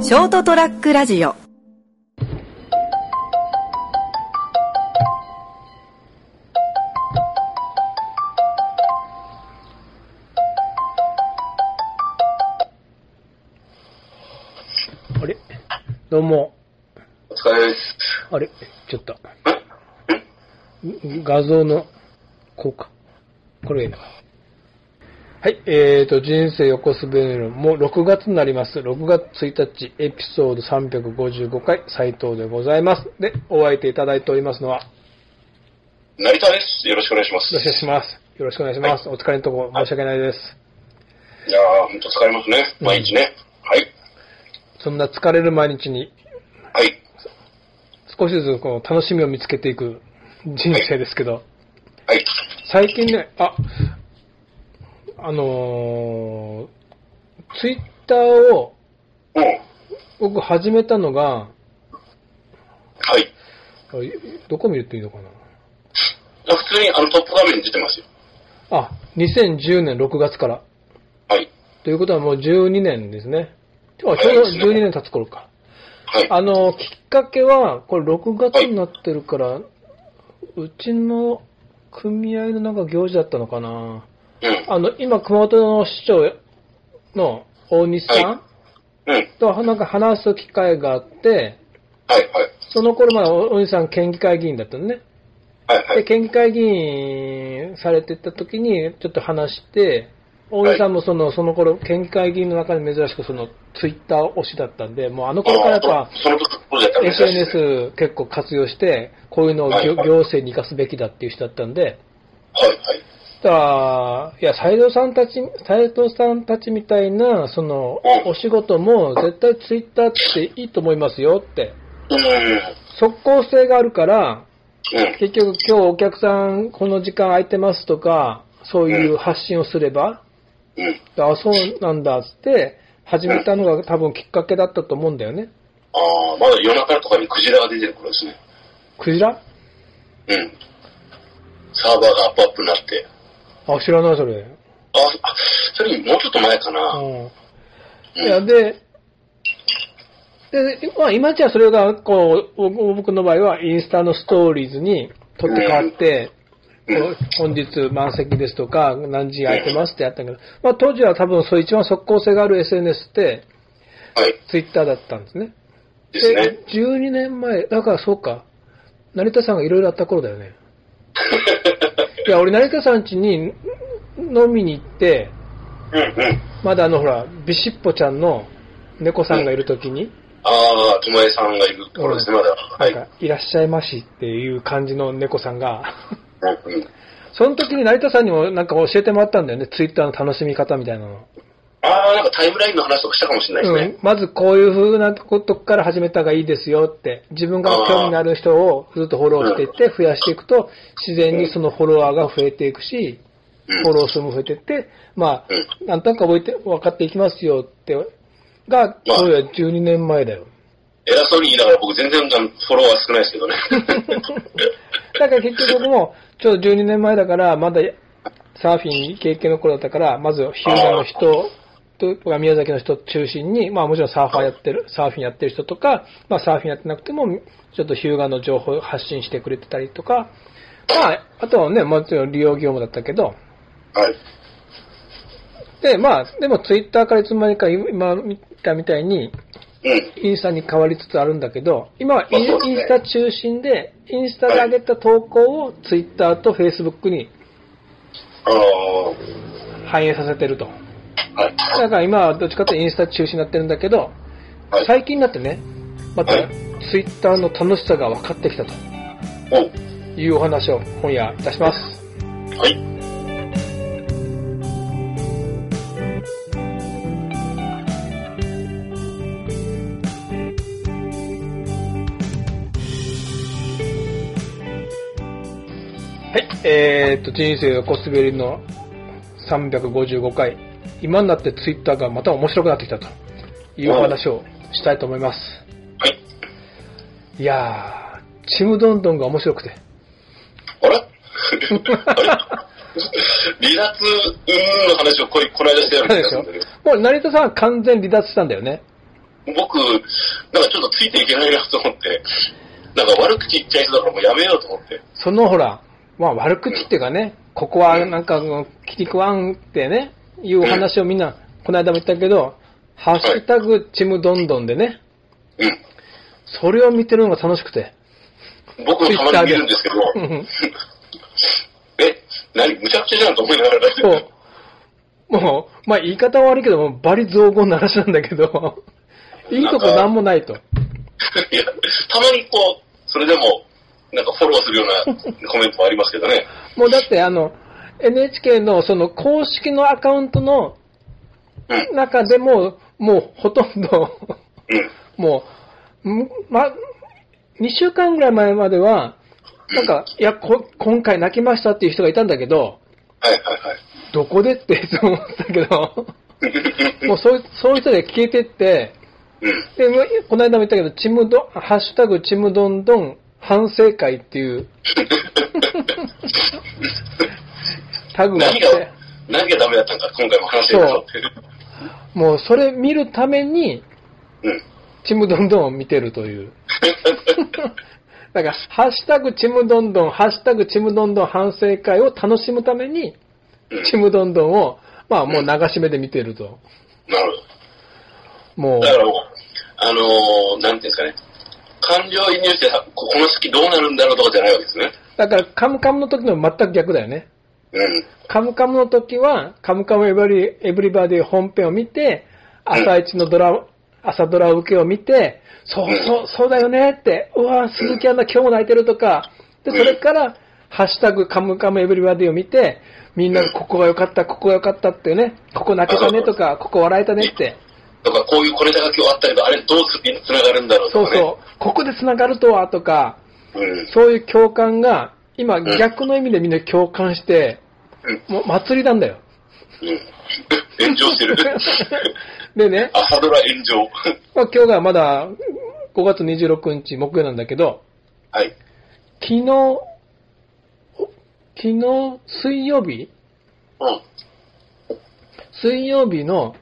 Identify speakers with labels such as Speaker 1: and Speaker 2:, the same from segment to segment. Speaker 1: ショートトラックラジオ
Speaker 2: あれどうも。
Speaker 3: お疲れです。
Speaker 2: あれちょっと。ん画像の、こうか。これがいいのか。はい。えーと、人生横滑りの、もう6月になります。6月1日、エピソード355回、斉藤でございます。で、お相手いただいておりますのは、
Speaker 3: 成田です。よろしくお願いします。
Speaker 2: よろしくお願いします。よろしくお願いします。お疲れのとこ、申し訳ないです。
Speaker 3: いやー、ほんと疲れますね。毎日ね。はい。
Speaker 2: そんな疲れる毎日に、
Speaker 3: はい。
Speaker 2: 少しずつこう楽しみを見つけていく人生ですけど、
Speaker 3: はい。
Speaker 2: 最近ね、あ、あのー、ツイッターを
Speaker 3: うん。
Speaker 2: 僕始めたのが、
Speaker 3: はい。
Speaker 2: あどこ見るといいのかな
Speaker 3: じゃあ普通にあのトップ画面に出てますよ。
Speaker 2: あ、2010年6月から。
Speaker 3: はい。
Speaker 2: ということはもう12年ですね。あちょ
Speaker 3: 早いです
Speaker 2: う
Speaker 3: ね
Speaker 2: ど12年経つ頃か。
Speaker 3: はい。
Speaker 2: あのー、きっかけは、これ6月になってるから、うちの組合のなんか行事だったのかな
Speaker 3: うん。
Speaker 2: あの、今熊本の市長の大西さん、
Speaker 3: はいうん。はい、
Speaker 2: となんか話す機会があって、
Speaker 3: はい。
Speaker 2: その頃まだおおじさん県議会議員だったのね。
Speaker 3: はい、は
Speaker 2: で、
Speaker 3: い。
Speaker 2: 県議会議員されてた時にちょっと話して、大西さんもその、その頃、県議会議員の中で珍しくその、ツイッター推しだったんで、もうあの頃からやっぱ
Speaker 3: あ、ーその時、プロジェクト
Speaker 2: SNS 結構活用して、こういうのを
Speaker 3: はい
Speaker 2: 行
Speaker 3: はい
Speaker 2: 行政に生かすべきだっていう人だったんで、
Speaker 3: はい、はい。
Speaker 2: だから、いや、斎藤さんたち、斎藤さんたちみたいな、その、
Speaker 3: うん
Speaker 2: お仕事も絶対ツイッターっていいと思いますよって。
Speaker 3: うん。
Speaker 2: 即効性があるから、
Speaker 3: うん。
Speaker 2: 結局今日お客さんこの時間空いてますとか、そういう発信をすれば、
Speaker 3: うん。
Speaker 2: あ、そうなんだっつって、始めたのが多分きっかけだったと思うんだよね。
Speaker 3: あー、まだ夜中とかにクジラが出てる頃ですね。
Speaker 2: クジラ
Speaker 3: うん。サーバーがアップアップになって。
Speaker 2: あ、知らないそれ。
Speaker 3: あー、あそれよりもうちょっと前かな。
Speaker 2: うん。いや、で、で、まあ、今じゃそれが、こう、お僕の場合はインスタのストーリーズに取って変わって、
Speaker 3: うん
Speaker 2: こう本日満席ですとか、何時空いてますってやったけど、まあ当時は多分そう一番即効性がある SNS って、
Speaker 3: はい。
Speaker 2: ツイッターだったんですね。
Speaker 3: ですね。
Speaker 2: 12年前、だからそうか、成田さんがいろいろあった頃だよ ね。いや、俺、成田さん家に飲みに行って、
Speaker 3: うん、うん。
Speaker 2: まだあの、ほら、ビシッポちゃんの猫さんがいるときに、
Speaker 3: あー、ともえさんがいるところですね、まだ。は
Speaker 2: なん
Speaker 3: い。
Speaker 2: か、いらっしゃいましっていう感じの猫さんが、
Speaker 3: うんうん。
Speaker 2: その時に成田さんにもなんか教えてもらったんだよね、ツイッターの楽しみ方みたいなの。
Speaker 3: ああ、なんかタイムラインの話とかしたかもしれないです
Speaker 2: う
Speaker 3: ね。
Speaker 2: ん、まずこういう風なことから始めた方がいいですよって、自分が興味のある人をずっとフォローしていって、増やしていくと、自然にそのフォロワーが増えていくし、
Speaker 3: うん
Speaker 2: フォロー数も増えていって、まあ、なんとなく覚えて、分かっていきますよって、が、そうや12年前だよ。
Speaker 3: 偉そうに言いながら僕全然あのフォロワー少ないですけど ね。
Speaker 2: だから結局僕も、ちょうど12年前だから、まだサーフィン経験の頃だったから、まず日向の人とか宮崎の人中心に、まあもちろんサーファーやってる、サーフィンやってる人とか、まあサーフィンやってなくても、ちょっと日向の情報を発信してくれてたりとか、まあ、あとはね、もちろん利用業務だったけど、
Speaker 3: はい。
Speaker 2: で、まあ、でもツイッターからいつの間にか今見たみたいに、
Speaker 3: うん。
Speaker 2: インスタに変わりつつあるんだけど、今はイン
Speaker 3: まあそうです
Speaker 2: イ
Speaker 3: ね
Speaker 2: ンスタ中心で、インスタで上げた投稿をツイッターとフェイスブックに
Speaker 3: あ
Speaker 2: 反映させてると。
Speaker 3: あ、はい。
Speaker 2: だから今はどっちかっていうとインスタ中心になってるんだけど、
Speaker 3: はい。
Speaker 2: 最近になってね、また
Speaker 3: はい
Speaker 2: ツイッターの楽しさが分かってきたと
Speaker 3: お
Speaker 2: いうお話を今夜いたします。
Speaker 3: はい。
Speaker 2: はい、えー、と、人生横滑りの355回、今になってツイッターがまた面白くなってきたというお話をしたいと思います。
Speaker 3: はい。
Speaker 2: いやー、ちむどんどんが面白くて。
Speaker 3: あれ あれ離脱うんの話をこいこの間してやるん
Speaker 2: そう
Speaker 3: で
Speaker 2: ですしょ
Speaker 3: けど。
Speaker 2: もう成田さんは完全離脱したんだよね。
Speaker 3: 僕、なんかちょっとついていけないなと思って、なんか悪口言っちゃいそうだからもうやめようと思って。
Speaker 2: そのほら、まあ悪口っていうかね、ここはなんか切り食わんってね、いうお話をみんな、この間も言ったけど、ハッシュタグちむどんどんでね、
Speaker 3: うん。
Speaker 2: それを見てるのが楽しくて。
Speaker 3: 僕もたまに見るんですけど、
Speaker 2: うん
Speaker 3: え、何むちゃくちゃじゃんと思いながら、
Speaker 2: そう。もう、まあ言い方は悪いけど、もうバリ造語の話なんだけど、いいとこなんもないと。
Speaker 3: いや、たまにこう、それでも、なんかフォローするようなコメントもありますけどね。
Speaker 2: もうだってあの、NHK のその公式のアカウントの
Speaker 3: うん、
Speaker 2: 中でも、もうほとんど、
Speaker 3: うん、
Speaker 2: もう、んま、2週間ぐらい前までは、なんか、いや、こ、今回泣きましたっていう人がいたんだけど、
Speaker 3: はいはいはい。
Speaker 2: どこでってい つも思ってたけど、
Speaker 3: うん
Speaker 2: もうそういう、そういう人で消えてって、
Speaker 3: うん、
Speaker 2: で、もうこの間も言ったけど、ちむどん、ハッシュタグちむどんどん反省会って いう、タグがあっ
Speaker 3: 何が
Speaker 2: て、、
Speaker 3: 何がダメだったんか、今回も話してみましょうっていう。
Speaker 2: もうそれ見るために、
Speaker 3: うん。
Speaker 2: ちむどんどんを見てるという。だから、ハッシュタグちむどんどん、ハッシュタグちむどんどん反省会を楽しむために、
Speaker 3: うん
Speaker 2: ちむどんどんを、まあもう流し目で見てると。
Speaker 3: なるほ
Speaker 2: も
Speaker 3: ど。だからもう、あのー、なんていうんですかね。感情移入して、ここの先どうなるんだろうとかじゃないわけですね。
Speaker 2: う、だから、カムカムの時の全く逆だよね。
Speaker 3: うん。
Speaker 2: カムカムの時は、カムカムエブリエブリバディ本編を見て、朝一のドラ、 朝ドラ受けを見て、そうそう、そうだよねって、うわ鈴木アナ今日も泣いてるとか、で、それから、ハッシュタグカムカムエブリバディを見て、みんながここが良かった、ここが良かったっていうね、ここ泣けたねとか、ここ笑えたねって、
Speaker 3: とか、こういう小ネタが今日あったけど、あれどうすつながるんだろう
Speaker 2: そ
Speaker 3: と
Speaker 2: う
Speaker 3: かね。
Speaker 2: そう、ここで繋がるとはとか、
Speaker 3: そう。うん。
Speaker 2: そういう共感が、今
Speaker 3: ん
Speaker 2: 逆の意味でみんな共感して、
Speaker 3: うん。
Speaker 2: もう祭りなんだよ。
Speaker 3: うん。炎上し てる。
Speaker 2: でね、
Speaker 3: 朝ドラ炎上。
Speaker 2: まあ、今日がまだ5月26日木曜なんだけど、
Speaker 3: はい。
Speaker 2: 昨日、お昨日水曜日
Speaker 3: うん。
Speaker 2: 水曜日の、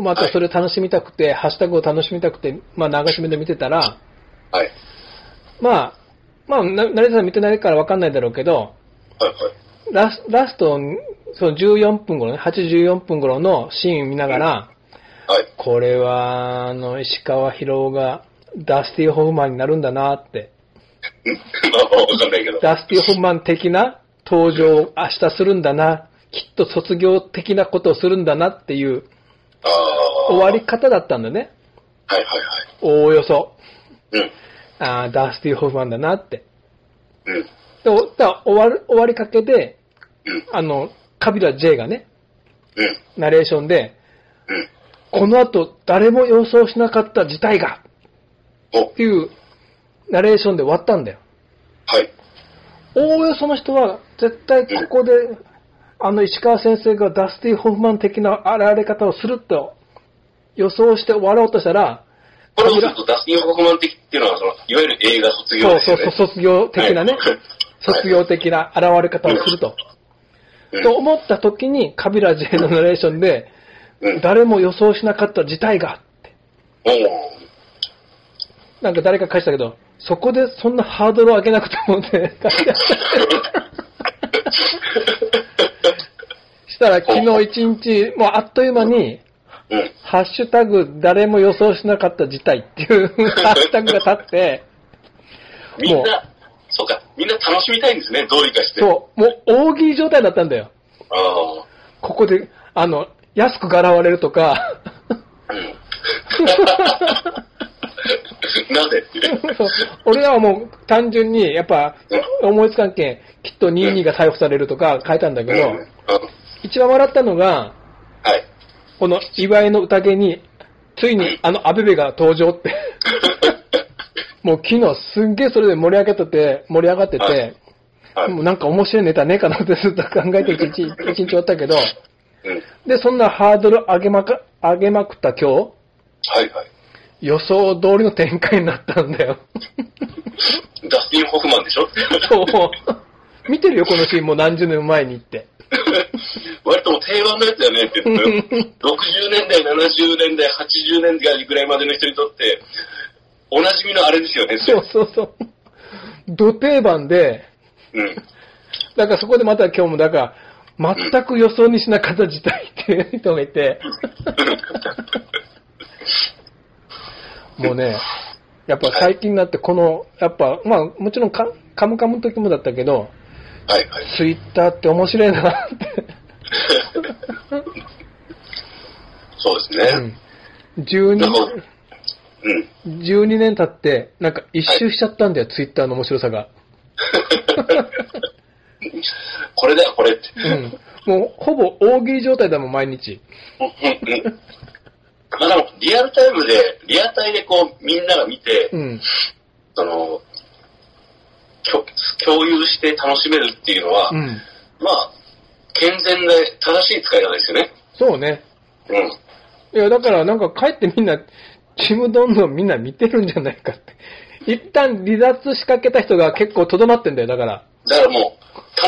Speaker 2: またそれを楽しみたくて、ハッシュタグを楽しみたくて、まあ流し目で見てたら、
Speaker 3: はい。
Speaker 2: まあ、まあ、な成田さん見てないからわかんないだろうけど、
Speaker 3: はいはい。
Speaker 2: ラスラスト、その14分頃ね、84分頃のシーン見ながら、
Speaker 3: はい。
Speaker 2: これは、あの、石川博がダスティ・ホフマンになるんだなって。
Speaker 3: うんまあまあわかんないけど。
Speaker 2: ダスティ・ホフマン的な登場を明日するんだな、きっと卒業的なことをするんだなっていう
Speaker 3: ああ。
Speaker 2: 終わり方だったんだね。
Speaker 3: はいはいはい。
Speaker 2: おおよそ。
Speaker 3: うん。
Speaker 2: ああ、ダスティ・ホフマンだなって。
Speaker 3: うん。
Speaker 2: で、おだ終わる、終わりかけで、
Speaker 3: うん。
Speaker 2: あの、カビラ J がね、
Speaker 3: うん。
Speaker 2: ナレーションで、
Speaker 3: うん。
Speaker 2: この後誰も予想しなかった事態が
Speaker 3: お
Speaker 2: っ、ていうナレーションで終わったんだよ。
Speaker 3: はい。
Speaker 2: おおよその人は絶対ここで、あの石川先生がダスティ・ホフマン的な現れ方をすると予想して終わろうとしたら、
Speaker 3: これをすると、ダスティン・ホフマン的っていうのは、その、いわゆる映画卒業
Speaker 2: そう
Speaker 3: です
Speaker 2: そう
Speaker 3: よね。
Speaker 2: そう、卒業的なね、
Speaker 3: はい
Speaker 2: 卒業的な現れ方をすると。
Speaker 3: うん
Speaker 2: と思った時に、カビラ J のナレーションで、
Speaker 3: うん。
Speaker 2: 誰も予想しなかった事態が、
Speaker 3: おー
Speaker 2: なんか誰か返したけど、そこでそんなハードルを上げなくても ね、したら昨日一日、もうあっという間に、
Speaker 3: うん。
Speaker 2: ハッシュタグ、誰も予想しなかった事態っていう ハッシュタグが立って、
Speaker 3: みん
Speaker 2: も
Speaker 3: な、そうか、みんな楽しみたいんですね、どうにかして。
Speaker 2: そう、もう大喜利状態だったんだよ。
Speaker 3: あ
Speaker 2: ここで、あの、安くがらわれるとか、
Speaker 3: あ。うん。なぜって。
Speaker 2: そう俺らはもう単純に、やっぱ、思いつかんけん、きっと22が逮捕されるとか書いたんだけ
Speaker 3: うん。
Speaker 2: ど、
Speaker 3: うん
Speaker 2: 一番笑ったのが、
Speaker 3: はい。
Speaker 2: この祝いの宴に、ついにあのアベベが登場って、もう昨日すんげえそれで盛り上がってて、盛り上がって
Speaker 3: は
Speaker 2: て
Speaker 3: い、はい。
Speaker 2: もうなんか面白いネタねえかなってずっと考えて一日、 一日おったけど、
Speaker 3: うん。
Speaker 2: で、そんなハードル上げまく、上げまくった今
Speaker 3: はいはい。
Speaker 2: 日、予想通りの 展開になったんだよ。
Speaker 3: ダスティン・ホフマンでしょ
Speaker 2: そう。見てるよ、このシーンもう何十年も前にって。
Speaker 3: 割ともう定番のやつやねって 言ってたよ。60年代、70年代、80年代ぐらいまでの人にとって、おなじみのあれですよね、そ
Speaker 2: そ
Speaker 3: れ
Speaker 2: うそうそう。土定番で、
Speaker 3: うん。
Speaker 2: だからそこでまた今日も、だから、全く予想にしなかった事態っていう人がいて、もうね、やっぱ最近になってこの、やっぱ、まあもちろんカカムカムの時もだったけど、
Speaker 3: はいはい。
Speaker 2: ツイッターって面白いなって。
Speaker 3: そうですね。
Speaker 2: 12
Speaker 3: なるほどうん。
Speaker 2: 12年経って、なんか一周しちゃったんだよ、ツイッターの面白さが。
Speaker 3: これだよ、これって。
Speaker 2: うん。もう、ほぼ大喜利状態だもん、毎日。
Speaker 3: うんうんまあでも、リアルタイムで、リアタイでこう、みんなが見て、
Speaker 2: うん。
Speaker 3: その、共共有して楽しめるっていうのは、
Speaker 2: うん。
Speaker 3: まあ、健全で正しい使い方ですよね。
Speaker 2: そうね。
Speaker 3: うん。
Speaker 2: いや、だからなんか帰ってみんな、ちむどんどんみんな見てるんじゃないかって。一旦離脱しかけた人が結構とどまってんだよ、だから。
Speaker 3: だからもう、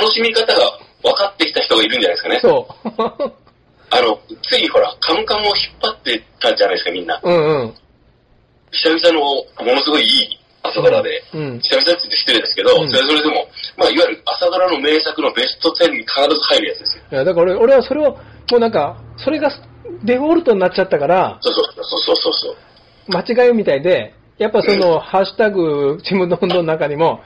Speaker 3: 楽しみ方が分かってきた人がいるんじゃないですかね。
Speaker 2: そう。
Speaker 3: あの、ついほら、カムカムを引っ張ってたじゃないですか、みんな。
Speaker 2: うんうん。
Speaker 3: 久々の、ものすごいいい朝ドラで。
Speaker 2: うん。
Speaker 3: 久々って言って失礼ですけど、
Speaker 2: うん
Speaker 3: それはそれでも、まあ、いわゆる朝ドラの名作のベスト10に必ず入るやつですよ。
Speaker 2: いや、だから俺俺はそれを、もうなんか、それがデフォルトになっちゃったから、
Speaker 3: そうそうそうそうそうそう。
Speaker 2: 間違いみたいで、やっぱその、ハッシュタグ、ちむどんどんの中にも、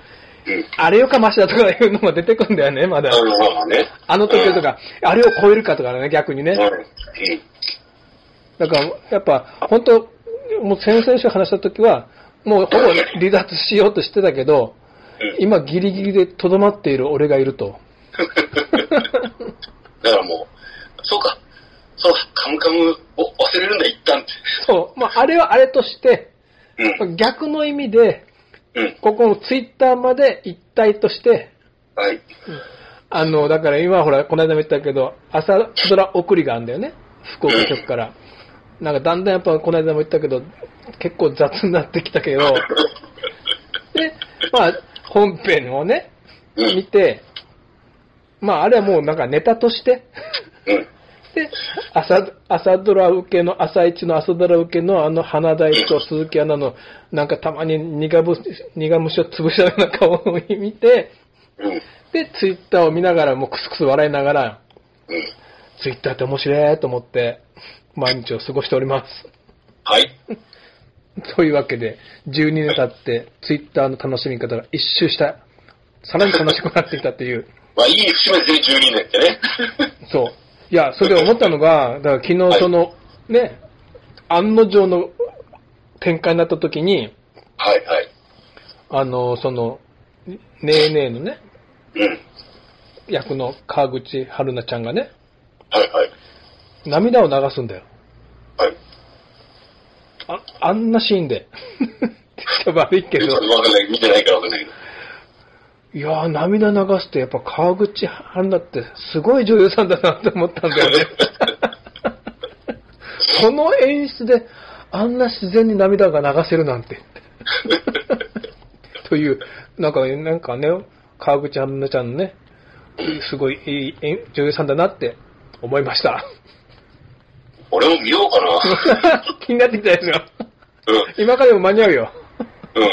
Speaker 3: うん。
Speaker 2: あれよかましだとかいうのが出てくんだよね、まだ。
Speaker 3: あの、まあまあね。
Speaker 2: あの時とか、あれを超えるかとかね、逆に
Speaker 3: うん。
Speaker 2: ね。
Speaker 3: うん。
Speaker 2: だから、やっぱ、本当もう先々週話した時は、もうほぼ離脱しようとしてたけど、
Speaker 3: うん
Speaker 2: 今ギリギリでとどまっている俺がいると。
Speaker 3: だからもう、そうか、そうか、カムカムを忘れるんだ、一旦って。
Speaker 2: そう。まあ、あれはあれとして、
Speaker 3: う ん。
Speaker 2: 逆の意味で、
Speaker 3: うん。
Speaker 2: ここのツイッターまで一体として、
Speaker 3: はい。
Speaker 2: あの、だから今ほら、この間も言ったけど、朝ドラ送りがあるんだよね。福岡局から。なんかだんだんやっぱこの間も言ったけど、結構雑になってきたけど、で、まあ、本編をね、
Speaker 3: うん
Speaker 2: 見て、まあ、あれはもうなんかネタとして、
Speaker 3: うん。
Speaker 2: で、朝、朝ドラ受けの、朝一の朝ドラ受けのあの花大と鈴木アナの、なんかたまに苦ぶ苦虫を潰したような顔を見て、
Speaker 3: うん。
Speaker 2: で、ツイッターを見ながら、もうクスクス笑いながら、
Speaker 3: うん。
Speaker 2: ツイッターって面白いと思って、毎日を過ごしております。
Speaker 3: はい。
Speaker 2: というわけで、12年経って、ツイッターの楽しみ方が一周した。さらに楽しくなってきたっていう。
Speaker 3: まあ、いい節目ですね、12年ってね。
Speaker 2: そう。いや、それで思ったのが、だから昨
Speaker 3: は
Speaker 2: 日
Speaker 3: い
Speaker 2: その、ね、案の定の展開になった時に、
Speaker 3: はい、はい。
Speaker 2: あの、その、ねえねえのね、
Speaker 3: うん。
Speaker 2: 役の川口春奈ちゃんがね、
Speaker 3: はい、はい。
Speaker 2: 涙を流すんだよ。
Speaker 3: はい。
Speaker 2: ああんなシーンで。 って悪いけ
Speaker 3: ちょ
Speaker 2: ど
Speaker 3: っ。とわかんない、見てないからわかんないけど。
Speaker 2: いやー、涙流すってやっぱ川口春奈ってすごい女優さんだなって思ったんだよね。 この演出であんな自然に涙が流せるなんて。 という、なんか、なんかね、川口春奈ちゃんのね、すごいいい演女優さんだなって思いました。
Speaker 3: 俺も見ようかな。
Speaker 2: 気になってきたですよ。
Speaker 3: うん。
Speaker 2: 今からでも間に合うよ。
Speaker 3: うん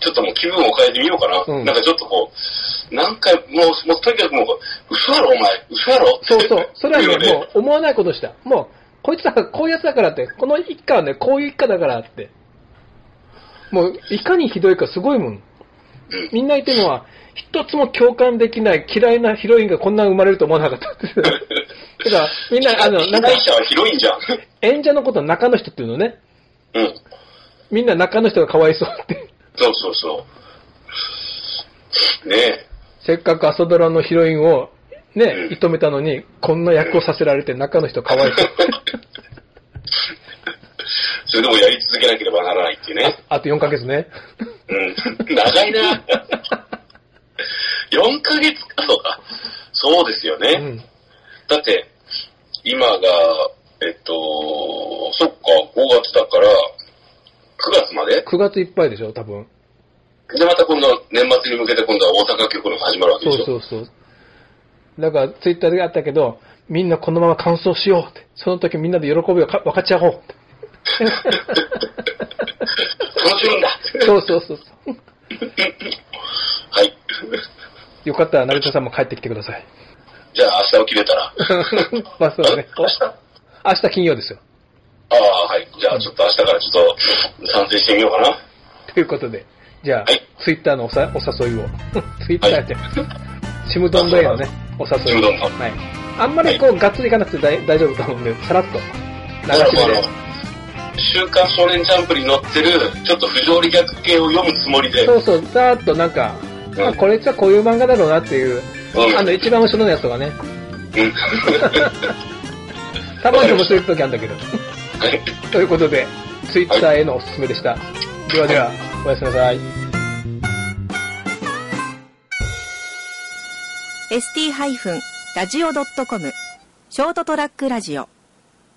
Speaker 3: ちょっともう気分を変えてみようかな。
Speaker 2: うん
Speaker 3: なんかちょっとこう、何回もう、もうとにかくもう、嘘やろお前、嘘やろ
Speaker 2: そう そう。それは
Speaker 3: 言う
Speaker 2: ね、
Speaker 3: よ
Speaker 2: もう思わないことした。もう、こいつらこういうやつだからって、この一家はね、こういう一家だからって。もう、いかにひどいかすごいもん。
Speaker 3: うん
Speaker 2: みんな言ってるのは、一つも共感できない嫌いなヒロインがこんな生まれると思わなかった って。だから、みんな、あの、な
Speaker 3: 被
Speaker 2: んか
Speaker 3: 害、者は広いんじゃん。
Speaker 2: 演者のことは中の人っていうのね。
Speaker 3: うん。
Speaker 2: みんな中の人がかわいそうって。
Speaker 3: そうそうそう。ねえ。
Speaker 2: せっかく朝ドラのヒロインを、ね
Speaker 3: う、ん
Speaker 2: 射止めたのに、こんな役をさせられて中の人かわいそう。
Speaker 3: それでもやり続けなければならないっていうね。
Speaker 2: あと4ヶ月ね。
Speaker 3: うん。長いな。4ヶ月か、そうか。そうですよね。
Speaker 2: うん。
Speaker 3: だって、今が、えっと、そっか、5月だから、9月まで
Speaker 2: 9月いっぱいでしょ、多分。
Speaker 3: で、また今度、年末に向けて今度は大阪局の始まるわけ
Speaker 2: そ
Speaker 3: で
Speaker 2: う
Speaker 3: しょ。
Speaker 2: そうそう。だから、ツイッターであったけど、みんなこのまま完走しようって。その時みんなで喜びをか分かち合おうって。
Speaker 3: 楽しむんだ
Speaker 2: そうそうそうそう。
Speaker 3: はい。
Speaker 2: よかったら、成田さんも帰ってきてくださ い。
Speaker 3: じゃあ、明日を切れたら。
Speaker 2: まあそうだね。
Speaker 3: 明日
Speaker 2: 明日金曜ですよ。
Speaker 3: ああ、はい。じゃあ、ちょっと明日からちょっと、賛成してみようかな。
Speaker 2: ということで、じゃあ、
Speaker 3: はい
Speaker 2: ツイッターのおさお誘いを、 ツイッターって、ちむどんどへのね、お誘いを。
Speaker 3: ちむどんどん
Speaker 2: はい。あんまりこう、がっつりいかなくて大大丈夫と思うんで、さらっと、流
Speaker 3: だから
Speaker 2: し
Speaker 3: もう
Speaker 2: 目
Speaker 3: あ
Speaker 2: で
Speaker 3: の。、週刊少年ジャンプに載ってる、ちょっと不条理逆系を読むつもりで、
Speaker 2: そうそう、ざーっとなんか、
Speaker 3: うん
Speaker 2: あこれじゃこういう漫画だろうなっていう、
Speaker 3: うん
Speaker 2: あの、一番後ろのやつとかね、
Speaker 3: うん。
Speaker 2: たまに面白い時あるんだけど。
Speaker 3: はい。
Speaker 2: ということで、ツイッターへのおすすめでした。ではでは、おやすみなさい。
Speaker 1: ST-radio.com ショートトラックラジオ